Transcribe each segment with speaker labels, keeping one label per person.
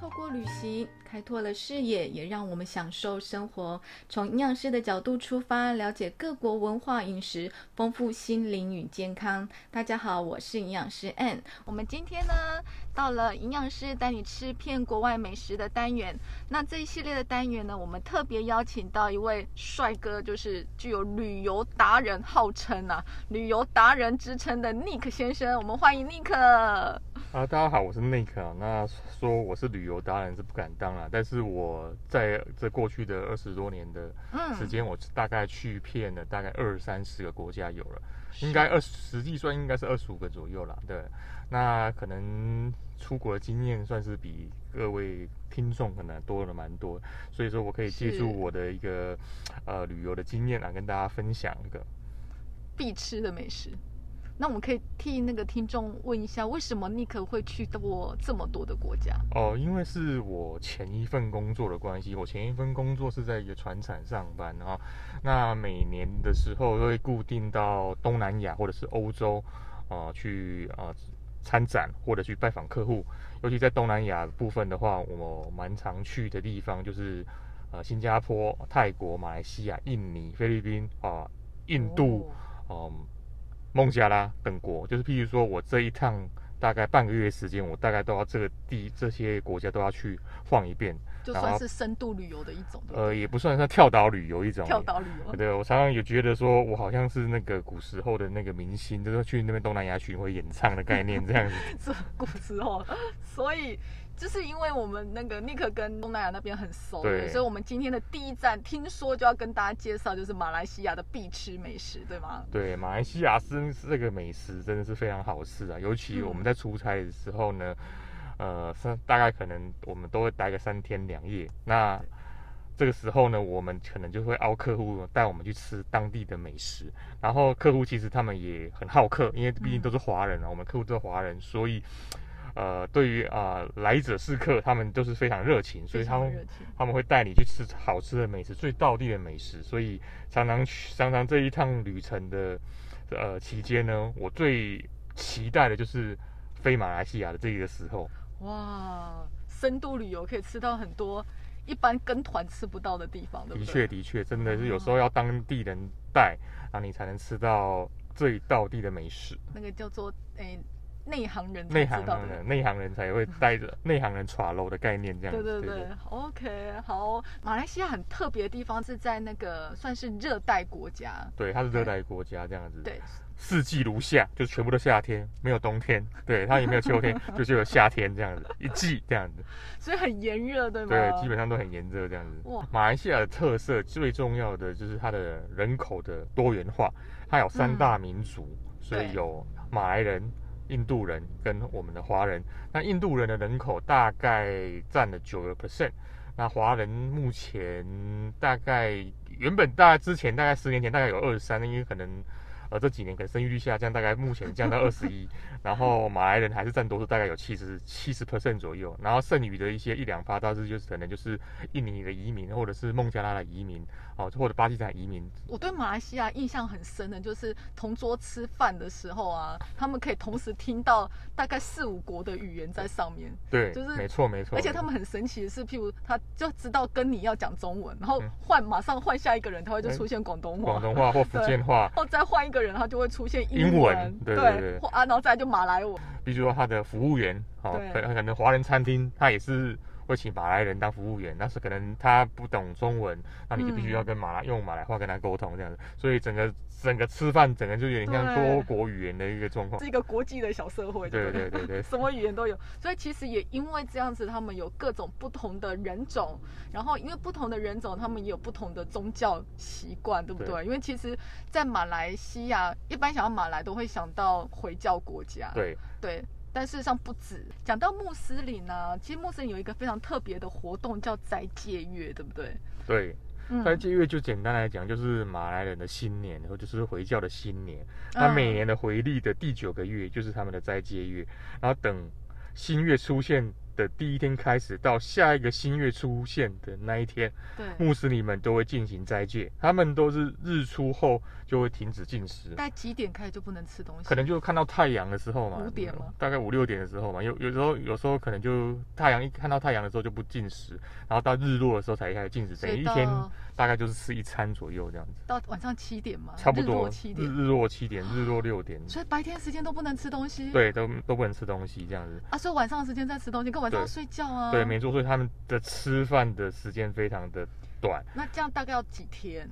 Speaker 1: 透过旅行开拓了视野，也让我们享受生活。从营养师的角度出发，了解各国文化饮食，丰富心灵与健康。大家好，我是营养师 Ann。我们今天呢，到了营养师带你吃遍国外美食的单元。那这一系列的单元呢，我们特别邀请到一位帅哥，就是具有旅游达人号称啊，旅游达人之称的 Nick 先生。我们欢迎 Nick。
Speaker 2: 啊，大家好，我是 Nick 啊。那说我是旅游达人是不敢当啦，但是我在这过去的二十多年的
Speaker 1: 嗯，
Speaker 2: 时间，我大概去遍了大概二三十个国家有了，应该二实际算应该是二十五个左右啦。对，那可能出国的经验算是比各位听众可能多了蛮多，所以说我可以借
Speaker 1: 是
Speaker 2: 助我的一个呃旅游的经验啊，跟大家分享一个。
Speaker 1: 必吃的美食。那我们可以替那个听众问一下，为什么尼克会去过这么多的国家？
Speaker 2: 哦，因为是我前一份工作的关系，我前一份工作是在一个船厂上班啊、那每年的时候都会固定到东南亚或者是欧洲，呃，去呃参展或者去拜访客户。尤其在东南亚部分的话，我蛮常去的地方就是呃新加坡、泰国、马来西亚、印尼、菲律宾啊、印度。
Speaker 1: 哦
Speaker 2: 嗯，孟加拉等国，就是譬如说我这一趟大概半个月时间，我大概都要这个地这些国家都要去晃一遍，
Speaker 1: 哦就
Speaker 2: 然
Speaker 1: 算
Speaker 2: 后
Speaker 1: 是深度旅游的一种，对不对
Speaker 2: 呃，也不算算跳岛旅游一种。
Speaker 1: 跳岛旅游。
Speaker 2: 对，我常常有觉得说，我好像是那个古时候的那个明星，就是去那边东南亚巡回演唱的概念这样子。
Speaker 1: 这古时候，哦 所以就是因为我们那个尼克跟东南亚那边很熟，
Speaker 2: 对
Speaker 1: 所以我们今天的第一站听说就要跟大家介绍就是马来西亚的必吃美食，对吗？
Speaker 2: 对，马来西亚是这个美食真的是非常好吃啊，尤其
Speaker 1: 嗯
Speaker 2: 我们在出差的时候呢，呃，三大概可能我们都会待个三天两夜。那这个时候呢，我们可能就会邀客户带我们去吃当地的美食，然后客户其实他们也很好客，因为
Speaker 1: 嗯
Speaker 2: 毕竟都是华人啊，我们客户都是华人，所以呃，对于啊、来者是客，他们都是非常热情，所以
Speaker 1: 非
Speaker 2: 他
Speaker 1: 常
Speaker 2: 们
Speaker 1: 热情。
Speaker 2: 他们会带你去吃好吃的美食，最道地的美食，所以常常去常常这一趟旅程的呃期间呢，我最期待的就是飞马来西亚的这个时候。
Speaker 1: 哇，深度旅游可以吃到很多一般跟团吃不到的地方，对嗯
Speaker 2: 的
Speaker 1: 不
Speaker 2: 确，
Speaker 1: 对？
Speaker 2: 的确，真的是有时候要当地人带，然后你才能吃到最道地的美食。
Speaker 1: 那个叫做诶内行人才
Speaker 2: 内
Speaker 1: 知
Speaker 2: 行
Speaker 1: 道的。
Speaker 2: 人，内行人才会 带着内行人耍楼的概念这样
Speaker 1: 对
Speaker 2: 子。
Speaker 1: 对对，OK，好。马来西亚很特别的地方是在那个算是热带国家，
Speaker 2: 对，它是热带国家这样子。
Speaker 1: 对，
Speaker 2: 四季如夏，就是全部都夏天，没有冬天，对，它也没有秋天， 就只有夏天这样子，一季这样子，
Speaker 1: 所以很炎热，对吗？
Speaker 2: 对，基本上都很炎热这样子。
Speaker 1: 哇，
Speaker 2: 马来西亚的特色最重要的就是它的人口的多元化，它有三大民族，所以
Speaker 1: 对
Speaker 2: 有马来人、印度人跟我们的华人。那印度人的人口大概占了九个 percent，那华人目前大概原本大概之前大概十年前大概有二十三，因为可能。呃，这几年可能生育率下降，大概目前降到二 十一，然后马来人还是占多数，大概有七十七十 percent 左右，然后剩余的一些一两趴，大致就是可能就是印尼的移民，或者是孟加拉的移民，哦，或者巴基斯坦移民，
Speaker 1: 我对马来西亚印象很深的，就是同桌吃饭的时候啊，他们可以同时听到大概四五国的语言在上面，
Speaker 2: 对，
Speaker 1: 就是
Speaker 2: 没错没错，
Speaker 1: 而且他们很神奇的是，譬如他就知道跟你要讲中文，然后
Speaker 2: 嗯哎
Speaker 1: 换马上换下一个人，他会就出现广东话，
Speaker 2: 广东话或福建话，
Speaker 1: 然后再换一个人，他就会出现
Speaker 2: 英
Speaker 1: 文，
Speaker 2: 文对对对
Speaker 1: 或啊，然后再来就马来文，
Speaker 2: 比如说他的服务员，哦
Speaker 1: 对，
Speaker 2: 可可能华人餐厅他也是。会请马来人当服务员，但是可能他不懂中文，那你就必须要跟马来、用马来话跟他沟通这样子，所以整个整个吃饭整个就有点像
Speaker 1: 对
Speaker 2: 多国语言的一个状况。
Speaker 1: 是一个国际的小社会，
Speaker 2: 对
Speaker 1: 不
Speaker 2: 对对对，
Speaker 1: 什么语言都有，所以其实也因为这样子，他们有各种不同的人种，然后因为不同的人种，他们也有不同的宗教习惯，对不对？
Speaker 2: 对
Speaker 1: 因为其实，在马来西亚，一般想到马来都会想到回教国家，
Speaker 2: 对，
Speaker 1: 对但事实上不止。讲到穆斯林呢、其实穆斯林有一个非常特别的活动叫斋戒月，对不对？
Speaker 2: 对，
Speaker 1: 嗯
Speaker 2: 斋戒月就简单来讲，就是马来人的新年，然后就是回教的新年。
Speaker 1: 嗯
Speaker 2: 那每年的回历的第九个月就是他们的斋戒月，然后等新月出现的第一天开始到下一个新月出现的那一天，
Speaker 1: 对，
Speaker 2: 穆斯林们都会进行斋戒，他们都是日出后就会停止进食。
Speaker 1: 大概几点开始就不能吃东西？
Speaker 2: 可能就看到太阳的时候嘛，
Speaker 1: 五点吗
Speaker 2: 大概五六点的时候嘛，有有时候有时候可能就太阳一看到太阳的时候就不进食，然后到日落的时候才开始进食，
Speaker 1: 所
Speaker 2: 等于
Speaker 1: 以
Speaker 2: 一
Speaker 1: 到
Speaker 2: 天大概就是吃一餐左右这样子，
Speaker 1: 到晚上七点嘛，
Speaker 2: 差不
Speaker 1: 日
Speaker 2: 多嗯
Speaker 1: 落七
Speaker 2: 日
Speaker 1: 点，
Speaker 2: 日落七点，日落六点，
Speaker 1: 所以白天时间都不能吃东西。
Speaker 2: 对，都都不能吃东西这样子，
Speaker 1: 啊，所以晚上的时间在吃东西，跟晚上要
Speaker 2: 对
Speaker 1: 睡觉啊。
Speaker 2: 对，没错，所以他们的吃饭的时间非常的短，
Speaker 1: 那这样大概要几天？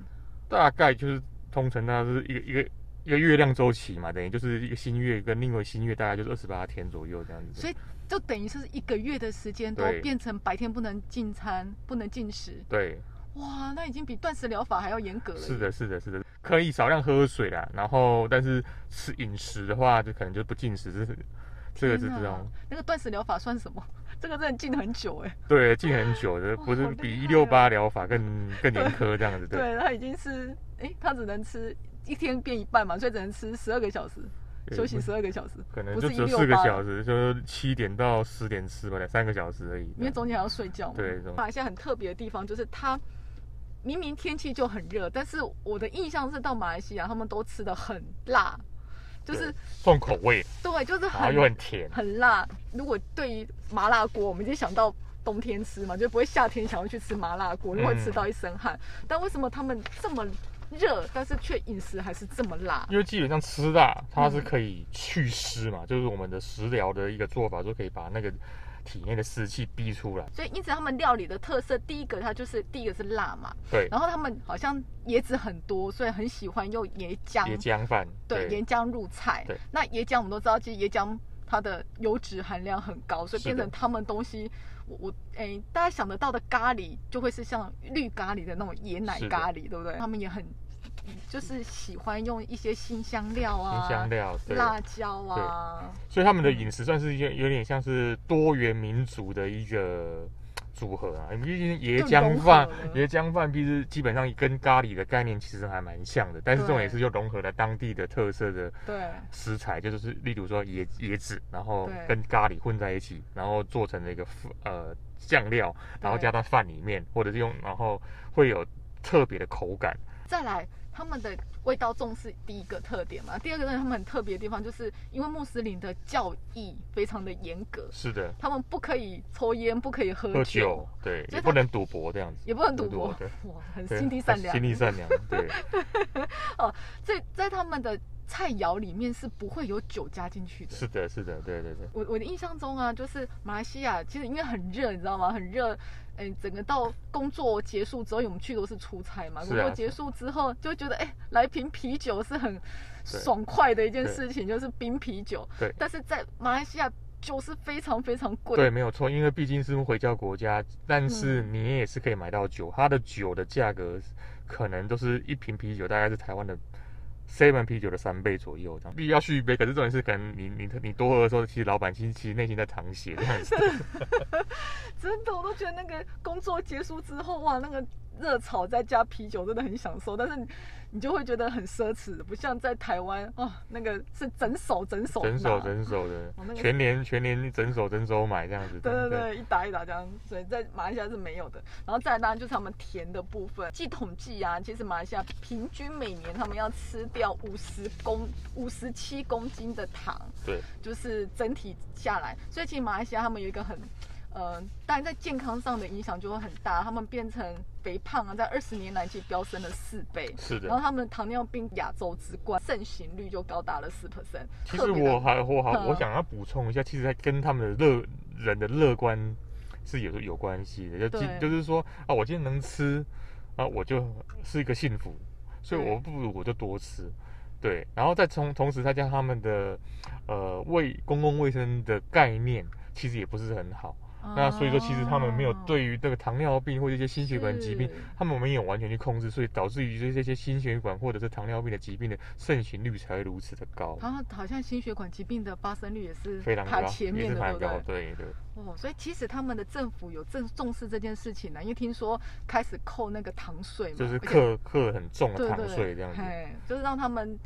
Speaker 2: 大概就是通常它是一个一个。一个月亮周期嘛，等于就是一个新月跟另外一个新月大概就是二十八天左右这样子。
Speaker 1: 所以就等于是一个月的时间都
Speaker 2: 对
Speaker 1: 变成白天不能进餐、不能进食。
Speaker 2: 对，
Speaker 1: 哇，那已经比断食疗法还要严格了。
Speaker 2: 是，的，是的，是的，可以少量喝水啦，然后但是吃饮食的话，就可能就不进食，这是这个是这种。
Speaker 1: 那个断食疗法算什么？ 这个真的禁很久哎、
Speaker 2: 对禁很久的，
Speaker 1: 哇
Speaker 2: 不是
Speaker 1: 好
Speaker 2: 比
Speaker 1: 厉害
Speaker 2: 一六
Speaker 1: 哦
Speaker 2: 八疗法更更严苛这样子，对
Speaker 1: 对，他已经是哎，他只能吃一天变一半嘛，所以只能吃十二个小时，
Speaker 2: 对
Speaker 1: 休息
Speaker 2: 不
Speaker 1: 十二个小时，
Speaker 2: 可能
Speaker 1: 不
Speaker 2: 就是只有
Speaker 1: 168
Speaker 2: 四个小时，就是七点到十点吃吧，两三个小时而已。
Speaker 1: 因为中间还要睡觉嘛。
Speaker 2: 对，这种
Speaker 1: 马来西亚很特别的地方就是它明明天气就很热，但是我的印象是到马来西亚他们都吃的很辣，就是
Speaker 2: 重口味，
Speaker 1: 对，就是
Speaker 2: 然后
Speaker 1: 很
Speaker 2: 又很甜，
Speaker 1: 很辣。如果对于麻辣锅，我们已经想到冬天吃嘛，就不会夏天想要去吃麻辣锅，因为会吃到一身汗。但为什么他们这么热，但是却饮食还是这么辣？
Speaker 2: 因为基本上吃辣它是
Speaker 1: 嗯
Speaker 2: 可以祛湿嘛，就是我们的食疗的一个做法，就可以把那个体内的湿气逼出来。
Speaker 1: 所以因此他们料理的特色，第一个它就是第一个是辣嘛，
Speaker 2: 对，
Speaker 1: 然后他们好像椰子很多，所以很喜欢用椰浆，
Speaker 2: 椰浆饭，
Speaker 1: 对椰浆入菜
Speaker 2: 对。
Speaker 1: 那椰浆我们都知道，其实椰浆它的油脂含量很高，所以
Speaker 2: 是的
Speaker 1: 变成他们东西，我我诶，大家想得到的咖喱就会是像绿咖喱的那种椰奶
Speaker 2: 是的
Speaker 1: 咖喱，对不对？他们也很就是喜欢用一些新香料啊，
Speaker 2: 新香料，对。
Speaker 1: 辣椒啊，
Speaker 2: 所以他们的饮食算是有有点像是多元民族的一个组合啊，因为毕竟椰浆饭
Speaker 1: 更融，合
Speaker 2: 椰浆饭毕是基本上跟咖喱的概念其实还蛮像的，但是
Speaker 1: 对
Speaker 2: 这种也是又融合了当地的特色的
Speaker 1: 对。
Speaker 2: 食材，就是例如说椰椰子，然后
Speaker 1: 对
Speaker 2: 跟咖喱混在一起，然后做成了一个呃酱料，然后
Speaker 1: 对
Speaker 2: 加到饭里面，或者是用，然后会有特别的口感。
Speaker 1: 再来，他们的味道重视第一个特点嘛，第二个呢，他们很特别的地方，就是因为穆斯林的教义非常的严格，
Speaker 2: 是的，
Speaker 1: 他们不可以抽烟，不可以喝
Speaker 2: 喝酒对，
Speaker 1: 所以
Speaker 2: 也
Speaker 1: 它
Speaker 2: 不能赌博这样子，
Speaker 1: 也不能赌博，
Speaker 2: 对
Speaker 1: 哇，很
Speaker 2: 对
Speaker 1: 心地善良。
Speaker 2: 心地善良，对。
Speaker 1: 在在他们的菜肴里面是不会有酒加进去的。
Speaker 2: 是的，是的，对对对，
Speaker 1: 我我的印象中啊，就是马来西亚其实因为很热，你知道吗？很热，嗯，整个到工作结束之后，因为我们去都是出差嘛，
Speaker 2: 是啊
Speaker 1: 工作
Speaker 2: 是
Speaker 1: 结束之后就会觉得，哎、来瓶啤酒是很爽快的一件事情，就是冰啤酒。
Speaker 2: 对
Speaker 1: 但是在马来西亚酒是非常非常贵。
Speaker 2: 对，没有错，因为毕竟是回教国家，但是
Speaker 1: 嗯
Speaker 2: 你也是可以买到酒，它的酒的价格可能都是一瓶啤酒，大概是台湾的 seven 啤酒的三倍左右这样。必须要续杯，可是重点是，可能你你你多喝的时候，其实老板其实其实内心在淌血这样子。
Speaker 1: 真的，我都觉得那个工作结束之后，哇，那个热炒再加啤酒真的很享受，但是你你就会觉得很奢侈，不像在台湾哦，那个是整手整手
Speaker 2: 整手
Speaker 1: 拿
Speaker 2: 整手的
Speaker 1: 哦那，个
Speaker 2: 全年全年整手整手买这样子。
Speaker 1: 对对对，一打一打这样，所以在马来西亚是没有的。然后再来当然就是他们甜的部分，据统计啊，其实马来西亚平均每年他们要吃掉五十公五十七公斤的糖，
Speaker 2: 对
Speaker 1: 就是整体下来，所以其实马来西亚他们有一个很，呃，当然在健康上的影响就会很大，他们变成肥胖啊，在二十年来其实飙升了四倍。
Speaker 2: 是啊的
Speaker 1: 然后。他们糖尿病亚洲之冠，盛行率就高达了四 percent。
Speaker 2: 其实我还我好
Speaker 1: 嗯
Speaker 2: 我想要补充一下，其实还跟他们的乐人的乐观是有有关系的，就
Speaker 1: 对
Speaker 2: 就就是说啊，我今天能吃啊，我就是一个幸福，所以
Speaker 1: 对
Speaker 2: 我不如我就多吃。对，然后再从同时再加上他们的呃卫公共卫生的概念，其实也不是很好。
Speaker 1: 啊
Speaker 2: 那所以说，其实他们没有对于这个糖尿病或者一些心血管疾病
Speaker 1: 哦是，
Speaker 2: 他们没有完全去控制，所以导致于这这些心血管或者是糖尿病的疾病的盛行率才会如此的高。
Speaker 1: 然后啊好像心血管疾病的发生率也是
Speaker 2: 非常高，
Speaker 1: 排前
Speaker 2: 也
Speaker 1: 面
Speaker 2: 是
Speaker 1: 的，
Speaker 2: 排
Speaker 1: 对不
Speaker 2: 高
Speaker 1: 对？
Speaker 2: 对对
Speaker 1: 哦，所以其实他们的政府有正重视这件事情呢、因为听说开始扣那个糖税嘛，
Speaker 2: 就是
Speaker 1: 而且
Speaker 2: 克克很重
Speaker 1: 对
Speaker 2: 的
Speaker 1: 对
Speaker 2: 糖税这样子，
Speaker 1: 嘿就是让他们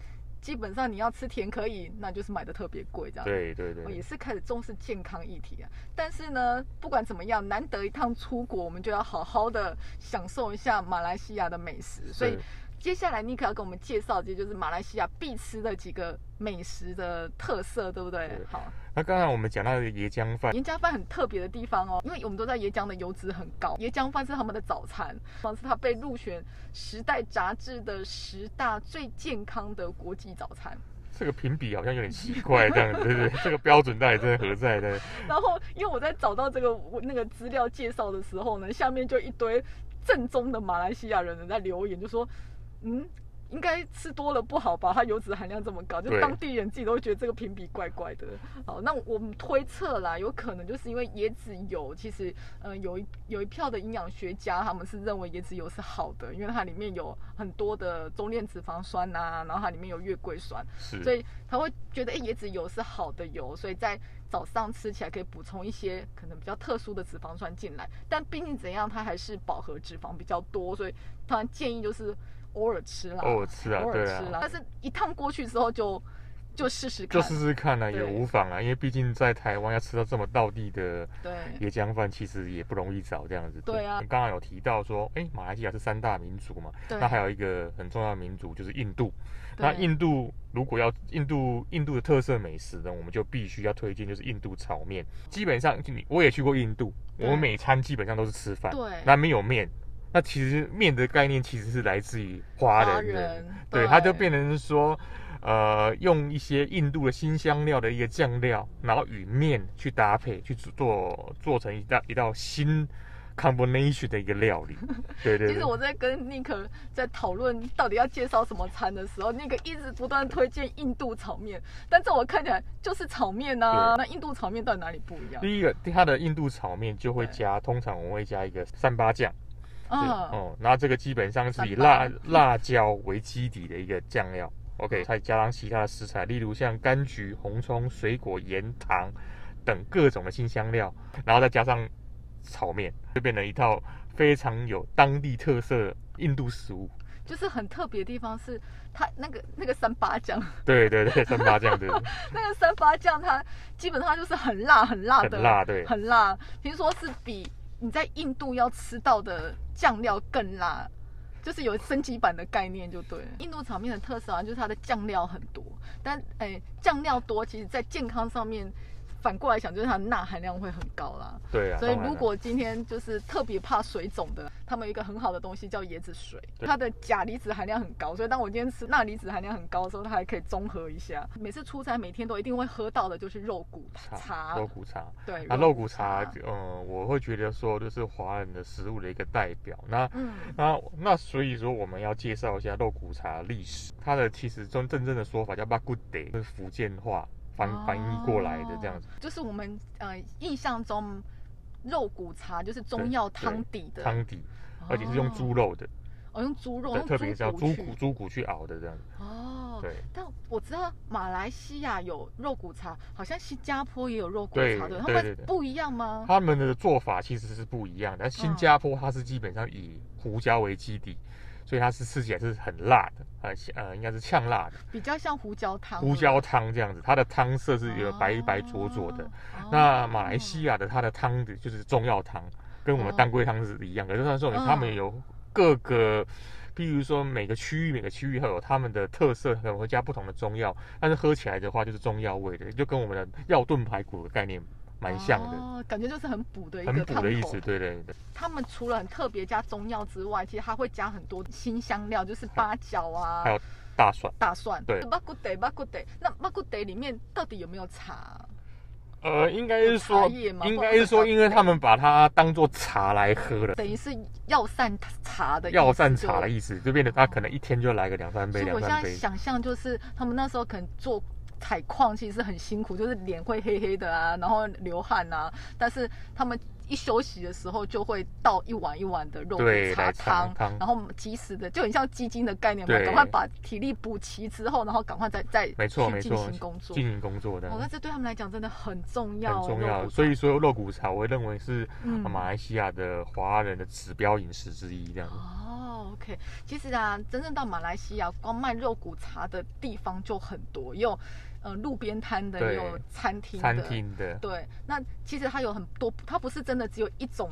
Speaker 1: 基本上你要吃甜可以，那就是买的特别贵这样。
Speaker 2: 对对
Speaker 1: 我也
Speaker 2: 对，
Speaker 1: 是开始重视健康议题啊。但是呢，不管怎么样，难得一趟出国，我们就要好好的享受一下马来西亚的美食。所以
Speaker 2: 是
Speaker 1: 接下来尼克要给我们介绍，这就是马来西亚必吃的几个美食的特色，对不对？
Speaker 2: 对
Speaker 1: 好，
Speaker 2: 那刚才我们讲到的椰浆饭，
Speaker 1: 椰浆饭很特别的地方哦，因为我们都知道椰浆的油脂很高，椰浆饭是他们的早餐，上次它被入选《时代》杂志的十大最健康的国际早餐。
Speaker 2: 这个评比好像有点奇怪，这样子，对对， 这个标准到底真的何在呢？
Speaker 1: 然后因为我在找到这个我那个资料介绍的时候呢，下面就一堆正宗的马来西亚人在留言，就说，嗯。应该吃多了不好吧？它油脂含量这么高，就
Speaker 2: 对
Speaker 1: 当地人自己都会觉得这个评比怪怪的。好，那我们推测啦，有可能就是因为椰子油，其实呃有一有一票的营养学家他们是认为椰子油是好的，因为它里面有很多的中链脂肪酸呐、然后它里面有月桂酸，
Speaker 2: 是，
Speaker 1: 所以他会觉得，哎、椰子油是好的油，所以在早上吃起来可以补充一些可能比较特殊的脂肪酸进来。但毕竟怎样，它还是饱和脂肪比较多，所以他建议就是偶尔吃啦，
Speaker 2: 偶尔吃啊
Speaker 1: 偶，尔
Speaker 2: 对
Speaker 1: 吃啦。
Speaker 2: 啊，
Speaker 1: 但是一趟过去之后就就试试
Speaker 2: 就
Speaker 1: 看，
Speaker 2: 试试看啊，也
Speaker 1: 对
Speaker 2: 无妨啊，因为毕竟在台湾要吃到这么道地的
Speaker 1: 对
Speaker 2: 椰浆饭，其实也不容易找这样子。
Speaker 1: 对啊
Speaker 2: 你刚刚有提到说，哎，马来西亚是三大民族嘛，
Speaker 1: 对。
Speaker 2: 那还有一个很重要的民族就是印度。
Speaker 1: 对
Speaker 2: 那印度如果要印度印度的特色美食呢，我们就必须要推荐就是印度炒面。基本上就你我也去过印度，我
Speaker 1: 对
Speaker 2: 们每餐基本上都是吃饭，
Speaker 1: 对
Speaker 2: 那没有面。那其实面的概念其实是来自于华
Speaker 1: 华
Speaker 2: 人的，
Speaker 1: 人
Speaker 2: 对，它就变成是说，呃，用一些印度的新香料的一个酱料，然后与面去搭配，去做做做成一道一道新 combination 的一个料理。对对
Speaker 1: 其
Speaker 2: 对。
Speaker 1: 实我在跟 Nick 在讨论到底要介绍什么餐的时候，Nick 一直不断推荐印度炒面，但这我看起来就是炒面呐、啊。那印度炒面到底哪里不一样？
Speaker 2: 第一个，它的印度炒面就会
Speaker 1: 对
Speaker 2: 加，通常我们会加一个三八酱，
Speaker 1: 啊，
Speaker 2: 哦、那这个基本上是以
Speaker 1: 三八
Speaker 2: 辣辣椒为基底的一个酱料，OK，再加上其他的食材，例如像柑橘、红葱、水果、盐、糖等各种的新香料，然后再加上炒面，就变成一套非常有当地特色的印度食物。
Speaker 1: 就是很特别的地方是它那个那个三八酱，
Speaker 2: 对对对，三八酱对，
Speaker 1: 那个三八酱它基本上就是很辣很辣
Speaker 2: 很
Speaker 1: 的，
Speaker 2: 辣，对，
Speaker 1: 很辣，听说是比你在印度要吃到的酱料更辣，就是有升级版的概念就对了。印度炒面的特色啊，就是它的酱料很多，但诶酱料多，其实在健康上面反过来想，就是它的钠含量会很高啦。
Speaker 2: 对 啊。
Speaker 1: 所以
Speaker 2: 当然
Speaker 1: 如
Speaker 2: 了
Speaker 1: 果今天就是特别怕水肿的，他们有一个很好的东西叫椰子水，
Speaker 2: 对
Speaker 1: 它的钾离子含量很高，所以当我今天吃钠离子含量很高的时候，它还可以中和一下。每次出差每天都一定会喝到的就是肉骨茶，
Speaker 2: 肉骨茶，
Speaker 1: 对，
Speaker 2: 那肉骨茶，嗯，我会觉得说就是华人的食物的一个代表。那
Speaker 1: 嗯，
Speaker 2: 那那所以说我们要介绍一下肉骨茶的历史，它的其实真真正的说法叫巴古德，是福建话翻翻译过来的这样子。
Speaker 1: 哦，就是我们呃印象中呃肉骨茶就是中药汤底的，
Speaker 2: 汤底，
Speaker 1: 哦
Speaker 2: 而且是用猪，肉的，
Speaker 1: 哦，用猪肉，
Speaker 2: 对，
Speaker 1: 用
Speaker 2: 特别是要猪
Speaker 1: 去
Speaker 2: 骨猪骨去熬的这样子，
Speaker 1: 哦。
Speaker 2: 对，
Speaker 1: 但我知道马来西亚有肉骨茶，好像新加坡也有肉骨
Speaker 2: 对
Speaker 1: 茶，对，
Speaker 2: 对
Speaker 1: 他们
Speaker 2: 对对
Speaker 1: 不一样吗？
Speaker 2: 他们的做法其实是不一样的。但新加坡它是基本上以胡椒为基底，所以它是吃起来是很辣的，呃呃，应该是呛辣的，
Speaker 1: 比较像胡椒汤，啊哦
Speaker 2: 胡椒汤这样子，它的汤色是有白白灼灼的。那马来西
Speaker 1: 亚
Speaker 2: 亚的它的汤底就是中药汤，跟我们
Speaker 1: 哦
Speaker 2: 当归汤是一样的，就算是
Speaker 1: 嗯
Speaker 2: 他们有各个，譬如说每个区域每个区域会有他们的特色，可能会加不同的中药，但是喝起来的话就是中药味的，就跟我们的药炖排骨的概念蛮像的，
Speaker 1: 哦，感觉就是很补的一个
Speaker 2: 很补的
Speaker 1: 汤
Speaker 2: 意
Speaker 1: 头
Speaker 2: 思。对对对，
Speaker 1: 他们除了很特别加中药之外，其实它会加很多新香料，就是八角啊，
Speaker 2: 还有大蒜。
Speaker 1: 大蒜。
Speaker 2: 对
Speaker 1: 巴古德巴古德，那巴古德里面到底有没有茶啊？
Speaker 2: 呃，应该是说，
Speaker 1: 茶叶吗
Speaker 2: 应该是说，因为他们把它当做茶来喝了，
Speaker 1: 等于是药膳茶的意思
Speaker 2: 药膳茶的
Speaker 1: 就
Speaker 2: 意思，就变得他可能一天就来个两三
Speaker 1: 所
Speaker 2: 杯，
Speaker 1: 以
Speaker 2: 两
Speaker 1: 我现
Speaker 2: 三
Speaker 1: 在
Speaker 2: 杯。
Speaker 1: 想象就是他们那时候可能做采矿，其实是很辛苦，就是脸会黑黑的啊，然后流汗啊，但是他们。一休息的时候就会倒一碗一碗的肉
Speaker 2: 对
Speaker 1: 骨茶
Speaker 2: 来尝
Speaker 1: 汤
Speaker 2: 汤，
Speaker 1: 然后及时的就很像鸡精的概念嘛，
Speaker 2: 对
Speaker 1: 赶快把体力补齐之后，然后赶快再再
Speaker 2: 没错，没
Speaker 1: 去进
Speaker 2: 错，
Speaker 1: 行工作
Speaker 2: 进。行工作的。
Speaker 1: 哦，那这对他们来讲真的很重要，
Speaker 2: 很重
Speaker 1: 肉
Speaker 2: 要，
Speaker 1: 骨茶
Speaker 2: 所以说肉骨茶，我会认为是呃
Speaker 1: 嗯
Speaker 2: 马来西亚的华人的指标饮食之一，这样子。
Speaker 1: 哦，OK， OK，其实啊，真正到马来西亚，光卖肉骨茶的地方就很多，也有呃路边摊的，
Speaker 2: 对
Speaker 1: 也有餐厅的。
Speaker 2: 餐厅的，
Speaker 1: 对，那其实它有很多，它不是真的只有一种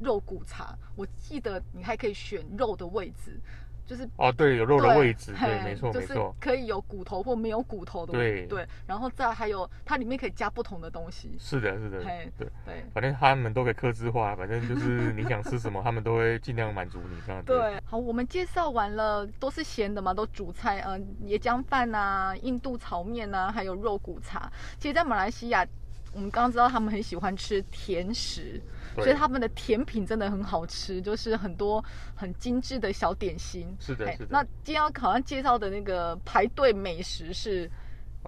Speaker 1: 肉骨茶。我记得你还可以选肉的位置，就是
Speaker 2: 哦，对，有肉的
Speaker 1: 对
Speaker 2: 位置，对，
Speaker 1: 嘿
Speaker 2: 没错，
Speaker 1: 就
Speaker 2: 没
Speaker 1: 是
Speaker 2: 错，
Speaker 1: 可以有骨头或没有骨头的
Speaker 2: 对
Speaker 1: 位置。对，然后再还有它里面可以加不同的东西。
Speaker 2: 是的，是的
Speaker 1: 嘿，
Speaker 2: 对，
Speaker 1: 对。
Speaker 2: 反正他们都可以克制化，反正就是 你想吃什么，他们都会尽量满足你这样子。
Speaker 1: 对，好，我们介绍完了，都是咸的嘛，都主菜，嗯、椰浆饭啊，印度炒面啊，还有肉骨茶。其实，在马来西亚，我们刚刚知道他们很喜欢吃甜食，
Speaker 2: 对
Speaker 1: 所以他们的甜品真的很好吃，就是很多很精致的小点心。
Speaker 2: 是的
Speaker 1: 哎
Speaker 2: 是的
Speaker 1: 那今天要好像介绍的那个排队美食是，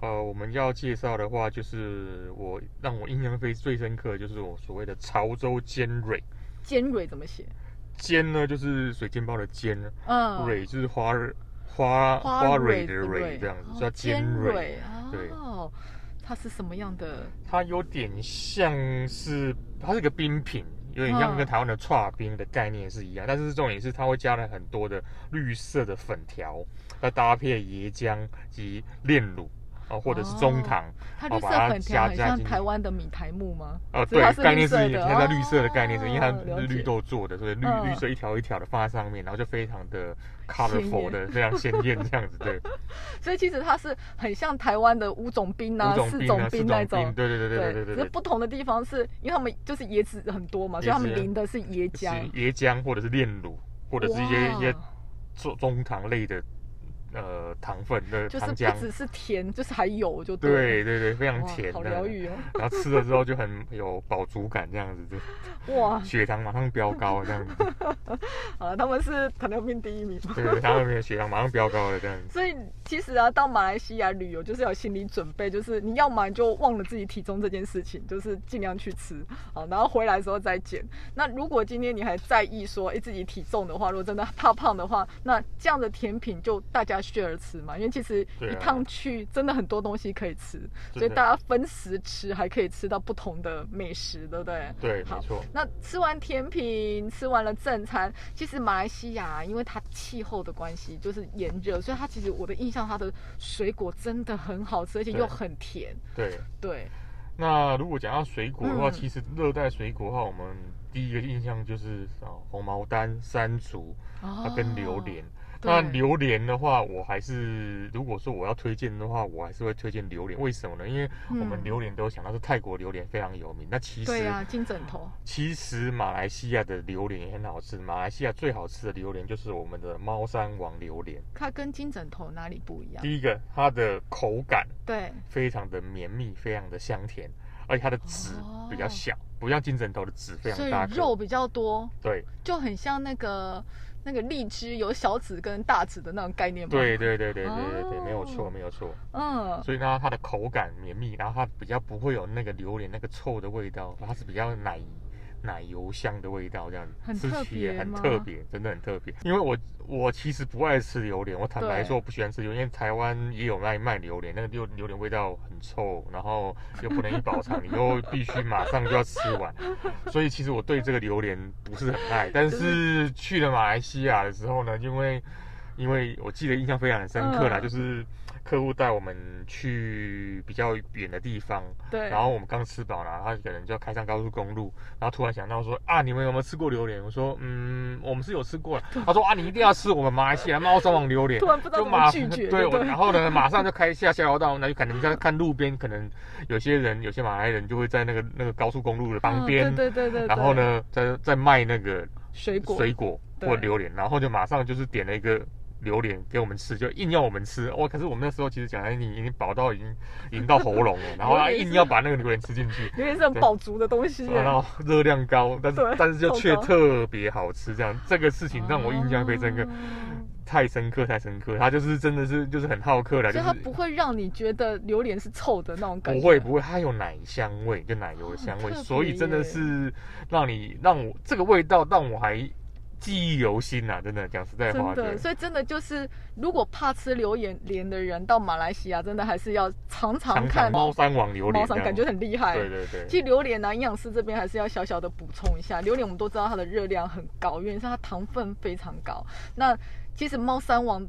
Speaker 2: 呃，我们要介绍的话，就是我让我印象非最深刻，就是我所谓的潮州尖蕊。
Speaker 1: 尖蕊怎么写？
Speaker 2: 尖呢，就是水煎包的尖；
Speaker 1: 嗯，
Speaker 2: 蕊就是花花蕊的蕊，这样子
Speaker 1: 哦
Speaker 2: 叫尖蕊。
Speaker 1: 蕊
Speaker 2: 对
Speaker 1: 哦，它是什么样的？
Speaker 2: 它有点像是，它是个冰品，有点像
Speaker 1: 嗯
Speaker 2: 跟台湾的串冰的概念是一样，但是重点是它会加了很多的绿色的粉条，再搭配椰浆及炼乳啊，或者是中
Speaker 1: 哦
Speaker 2: 糖，
Speaker 1: 它
Speaker 2: 好
Speaker 1: 绿
Speaker 2: 把
Speaker 1: 色
Speaker 2: 它
Speaker 1: 粉
Speaker 2: 加
Speaker 1: 条很
Speaker 2: 加
Speaker 1: 像
Speaker 2: 进
Speaker 1: 台
Speaker 2: 去
Speaker 1: 湾的米苔木吗？
Speaker 2: 哦，
Speaker 1: 所以
Speaker 2: 对
Speaker 1: 它，是
Speaker 2: 概
Speaker 1: 绿
Speaker 2: 念是
Speaker 1: 色
Speaker 2: 一
Speaker 1: 的
Speaker 2: 样它绿色的概念是，因为它
Speaker 1: 哦了
Speaker 2: 是绿
Speaker 1: 解
Speaker 2: 豆做的，所以绿
Speaker 1: 嗯
Speaker 2: 绿色一条一条的放在上面，然后就非常的
Speaker 1: 鲜
Speaker 2: colorful
Speaker 1: 艳
Speaker 2: 的，非常鲜艳这样子，对，
Speaker 1: 所以其实它是很像台湾的五种冰啊、
Speaker 2: 五种
Speaker 1: 四
Speaker 2: 冰
Speaker 1: 种
Speaker 2: 啊，四
Speaker 1: 那
Speaker 2: 种
Speaker 1: 种
Speaker 2: 冰，。对对对对对对
Speaker 1: 只
Speaker 2: 对
Speaker 1: 是不同的地方是因为他们就是椰子很多嘛，所以
Speaker 2: 椰
Speaker 1: 他们
Speaker 2: 子
Speaker 1: 淋的是椰
Speaker 2: 是
Speaker 1: 浆，
Speaker 2: 椰浆或者是炼乳，或者是一些一些
Speaker 1: 哇
Speaker 2: 中中糖类的呃糖分的
Speaker 1: 就是
Speaker 2: 糖
Speaker 1: 不
Speaker 2: 浆，
Speaker 1: 只是甜，就是还有就
Speaker 2: 对
Speaker 1: 了
Speaker 2: 对对，非常
Speaker 1: 哇
Speaker 2: 甜
Speaker 1: 好
Speaker 2: 的，
Speaker 1: 疗愈哦，
Speaker 2: 然后吃了之后就很有饱足感，这样子，对
Speaker 1: 哇！
Speaker 2: 血糖马上飙高这样子，
Speaker 1: 好了，他们是糖尿病第一名。
Speaker 2: 对对，糖尿病的血糖马上飙高了这样子。
Speaker 1: 所以其实啊，到马来西亚旅游就是要有心理准备，就是你要么就忘了自己体重这件事情，就是尽量去吃好，然后回来的时候再减。那如果今天你还在意说，哎、自己体重的话，如果真的怕胖的话，那这样的甜品就大家 share 吃嘛，因为其实
Speaker 2: 对啊
Speaker 1: 一趟去真的很多东西可以吃，所以
Speaker 2: 真的
Speaker 1: 大家分时吃，还可以吃到不同的美食，对不对？
Speaker 2: 对，
Speaker 1: 好
Speaker 2: 没错。
Speaker 1: 那吃完甜品，吃完了正餐，其实马来西亚因为它气候的关系，就是炎热，所以它其实我的印象，它的水果真的很好吃，而且
Speaker 2: 对
Speaker 1: 又很甜。
Speaker 2: 对，
Speaker 1: 对，
Speaker 2: 那如果讲到水果的话，
Speaker 1: 嗯
Speaker 2: 其实热带水果的话，我们第一个印象就是啊、红毛丹、山竹，它
Speaker 1: 哦
Speaker 2: 跟榴莲。
Speaker 1: 对
Speaker 2: 那榴莲的话，我还是如果说我要推荐的话，我还是会推荐榴莲。为什么呢？因为我们
Speaker 1: 嗯
Speaker 2: 榴莲都想到是泰国榴莲非常有名。那其实
Speaker 1: 对啊呀、金枕头
Speaker 2: 其实马来西亚的榴莲也很好吃。马来西亚最好吃的榴莲就是我们的猫山王榴莲。
Speaker 1: 它跟金枕头哪里不一样？
Speaker 2: 第一个，它的口感
Speaker 1: 对，
Speaker 2: 非常的绵密，非常的香甜，而且它的籽
Speaker 1: 哦
Speaker 2: 比较小，不像金枕头的籽非
Speaker 1: 所
Speaker 2: 常
Speaker 1: 以
Speaker 2: 大颗。
Speaker 1: 肉比较多，
Speaker 2: 对
Speaker 1: 就很像那个那个荔枝有小籽跟大籽的那种概念嘛。
Speaker 2: 对，对对对对对对，
Speaker 1: 哦
Speaker 2: 没有错没有错。
Speaker 1: 嗯，
Speaker 2: 所以呢，它的口感绵密，然后它比较不会有那个榴莲那个臭的味道，它是比较奶奶油香的味道，这样
Speaker 1: 很
Speaker 2: 吃
Speaker 1: 特
Speaker 2: 起也
Speaker 1: 别
Speaker 2: 很
Speaker 1: 吗
Speaker 2: 特别，真的很特别。因为我我其实不爱吃榴莲，我坦白
Speaker 1: 对
Speaker 2: 说我不喜欢吃榴莲，因为台湾也有卖卖榴莲，那个榴榴莲味道很臭，然后又不能一饱尝，你又必须马上就要吃完， 所以其实我对这个榴莲不是很爱。但是去了马来西亚的时候呢，因为因为我记得印象非常很深刻啦，
Speaker 1: 嗯
Speaker 2: 就是客户带我们去比较远的地方，
Speaker 1: 对。
Speaker 2: 然后我们刚吃饱啦，他可能就要开上高速公路，然后突然想到说啊，你们有没有吃过榴莲？我说嗯，我们是有吃过啦。他说啊，你一定要吃我们马来西亚猫山王榴莲
Speaker 1: 突。然不知道
Speaker 2: 就
Speaker 1: 怎么
Speaker 2: 马
Speaker 1: 拒绝，
Speaker 2: 对，
Speaker 1: 对
Speaker 2: 我
Speaker 1: 不对
Speaker 2: 然 后呢，马上就开下下交道，那就可能在看路边，可能有些人，有些马来人就会在那个那个高速公路的旁边，
Speaker 1: 嗯对对对对。
Speaker 2: 然后？呢，在在卖那个
Speaker 1: 水果，
Speaker 2: 水果
Speaker 1: 对
Speaker 2: 或榴莲，然后就马上就是点了一个榴莲给我们吃，就硬要我们吃。哦，可是我们那时候其实讲已经已经饱到已经已经到喉咙了，然后
Speaker 1: 榴
Speaker 2: 他
Speaker 1: 莲是
Speaker 2: 硬要把那个榴莲吃进去，
Speaker 1: 有点是很
Speaker 2: 对
Speaker 1: 饱足的东西耶。
Speaker 2: 然后热量高，但是
Speaker 1: 对
Speaker 2: 但是就却
Speaker 1: 超高
Speaker 2: 特别好吃，这样这个事情让我印象非常深刻，
Speaker 1: 哦
Speaker 2: 太深刻太深刻。他就是真的是就是很好客了，就
Speaker 1: 所以
Speaker 2: 是
Speaker 1: 它不会让你觉得榴莲是臭的那种感觉。
Speaker 2: 不会不会，它有奶香味，就奶油的
Speaker 1: 哦
Speaker 2: 香味，
Speaker 1: 很特
Speaker 2: 所以
Speaker 1: 别
Speaker 2: 真的
Speaker 1: 耶
Speaker 2: 是让你让我这个味道让我还记忆犹新呐、真的讲实在话，
Speaker 1: 真
Speaker 2: 对
Speaker 1: 的，，所以真的就是，如果怕吃榴莲莲的人到马来西亚，真的还是要常常
Speaker 2: 常
Speaker 1: 看
Speaker 2: 常猫山王榴
Speaker 1: 猫
Speaker 2: 莲这
Speaker 1: 山
Speaker 2: 样，
Speaker 1: 感觉很厉害。
Speaker 2: 对对对，
Speaker 1: 其实榴莲呢、啊营养师这边还是要小小的补充一下，榴莲我们都知道它的热量很高，原因是它糖分非常高。那其实猫山王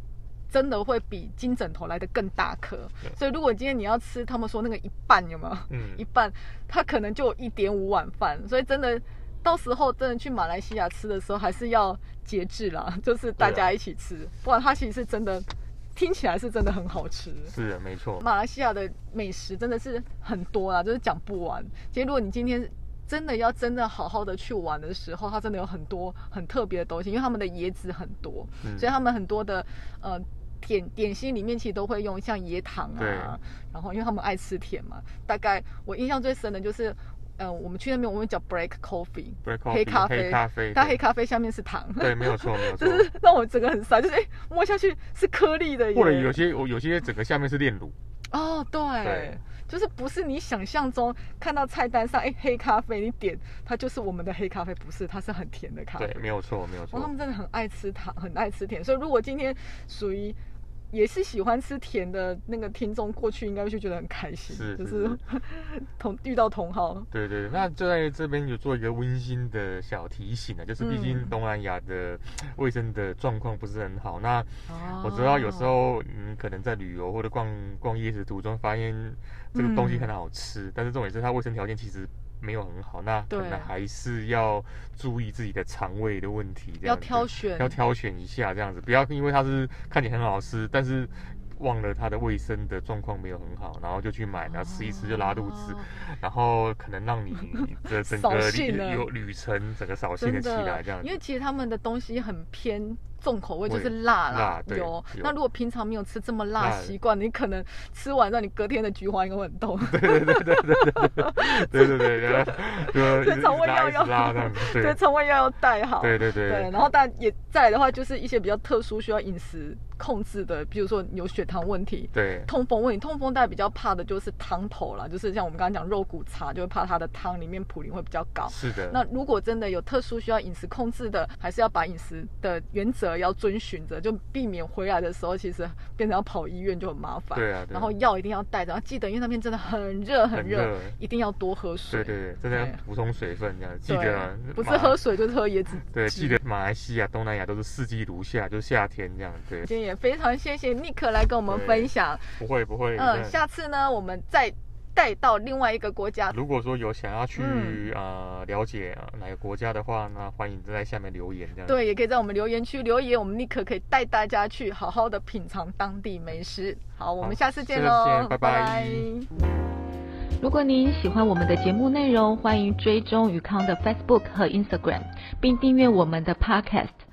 Speaker 1: 真的会比金枕头来的更大颗，
Speaker 2: 对
Speaker 1: 所以如果今天你要吃，他们说那个一半有没有？一
Speaker 2: 嗯，
Speaker 1: 半，它可能就有一点五碗饭，所以真的。到时候真的去马来西亚吃的时候，还是要节制啦，就是大
Speaker 2: 对啊
Speaker 1: 家一起吃，不然它其实是真的，听起来是真的很好吃。
Speaker 2: 是的没错，
Speaker 1: 马来西亚的美食真的是很多啦，就是讲不完。其实如果你今天真的要真的好好的去玩的时候，它真的有很多很特别的东西，因为他们的椰子很多，
Speaker 2: 嗯
Speaker 1: 所以他们很多的呃点点心里面其实都会用像椰糖
Speaker 2: 对
Speaker 1: 啊，然后因为他们爱吃甜嘛。大概我印象最深的就是，呃，我们去那边我们叫 break coffee，
Speaker 2: Black
Speaker 1: 黑
Speaker 2: coffee，
Speaker 1: 咖
Speaker 2: 黑
Speaker 1: 啡
Speaker 2: 咖啡，
Speaker 1: 它
Speaker 2: 对
Speaker 1: 黑咖啡下面是糖，
Speaker 2: 对，没有错，没有错
Speaker 1: 就。是让我整个很傻，就是哎、摸下去是颗粒的耶，
Speaker 2: 或者有些我有些整个下面是炼乳，
Speaker 1: 哦，对，
Speaker 2: 对
Speaker 1: 就是不是你想象中看到菜单上，哎，黑咖啡你点，它就是我们的黑咖啡，不是，它是很甜的咖啡。
Speaker 2: 对，没有错，没有错
Speaker 1: 哇，他。们真的很爱吃糖，很爱吃甜，所以如果今天属于也是喜欢吃甜的那个听众过去，应该就觉得很开心，
Speaker 2: 是
Speaker 1: 就是
Speaker 2: 是
Speaker 1: 同遇到同好。
Speaker 2: 对对对，那就在这边有做一个温馨的小提醒啊，就是毕竟
Speaker 1: 嗯
Speaker 2: 东南亚的卫生的状况不是很好。那
Speaker 1: 哦
Speaker 2: 我知道有时候你可能在旅游或者逛逛夜市途中发现这个
Speaker 1: 嗯
Speaker 2: 东西很好吃，但是重点是它卫生条件其实没有很好，那可
Speaker 1: 对
Speaker 2: 能还是要注意自己的肠胃的问题，这
Speaker 1: 要
Speaker 2: 样子
Speaker 1: 挑选，
Speaker 2: 要挑选一下这样子，不要因为它是看起来很好吃，但是忘了它的卫生的状况没有很好，然后就去买，然后吃一吃就拉肚子，
Speaker 1: 哦
Speaker 2: 然后可能让你的整
Speaker 1: 扫
Speaker 2: 个旅
Speaker 1: 兴了
Speaker 2: 有旅程整个扫兴
Speaker 1: 真
Speaker 2: 了起来
Speaker 1: 的
Speaker 2: 这样，
Speaker 1: 因为
Speaker 2: 子。
Speaker 1: 其实他们的东西很偏重口味，就
Speaker 2: 味
Speaker 1: 是辣啦
Speaker 2: 辣、对
Speaker 1: 油
Speaker 2: 有。
Speaker 1: 那如果平常没有吃这么辣
Speaker 2: 辣
Speaker 1: 习惯，你可能吃完让你隔天的菊花应该会很痛。
Speaker 2: 对对对，然后就
Speaker 1: 这
Speaker 2: 一直
Speaker 1: 肠胃
Speaker 2: 拉
Speaker 1: 药
Speaker 2: 一直
Speaker 1: 要
Speaker 2: 拉这样子，
Speaker 1: 对，
Speaker 2: 对
Speaker 1: 肠胃药要带好。
Speaker 2: 对对对
Speaker 1: 对，然后但也再来的话，就是一些比较特殊需要饮食控制的，比如说你有血糖问题。
Speaker 2: 对
Speaker 1: 痛风问题，痛风大家比较怕的就是汤头啦，就是像我们刚刚讲肉骨茶，就会怕它的汤里面嘌呤会比较高。
Speaker 2: 是的，
Speaker 1: 那如果真的有特殊需要饮食控制的，还是要把饮食的原则要遵循着，就避免回来的时候其实变成要跑医院就很麻烦。
Speaker 2: 对啊，对
Speaker 1: 然后药一定要带着，然后记得因为那边真的很热很热，
Speaker 2: 很热
Speaker 1: 一定要多喝水。
Speaker 2: 对对对，真的要
Speaker 1: 对
Speaker 2: 补充水分这样，记
Speaker 1: 对
Speaker 2: 得啊
Speaker 1: 不是
Speaker 2: 马
Speaker 1: 喝水就是喝椰子汁。
Speaker 2: 对，记得马来西亚、东南亚都是四季如夏，就是夏天这样，对，
Speaker 1: 今天也非常谢谢 Nick 来跟我们
Speaker 2: 对
Speaker 1: 分享，
Speaker 2: 不会不会，
Speaker 1: 嗯，
Speaker 2: 对
Speaker 1: 下次呢我们再带到另外一个国家。
Speaker 2: 如果说有想要去、
Speaker 1: 嗯
Speaker 2: 呃了解呃哪个国家的话，那欢迎在下面留言这样。，
Speaker 1: 对，也可以在我们留言区留言，我们 Nick 可以带大家去好好的品尝当地美食。好，我们
Speaker 2: 好
Speaker 1: 下次见
Speaker 2: 下次
Speaker 1: 喽，
Speaker 2: 见拜
Speaker 1: 拜
Speaker 2: 拜
Speaker 1: 拜
Speaker 3: 如果您喜欢我们的节目内容，欢迎追踪宇康的 Facebook 和 Instagram，并订阅我们的 Podcast。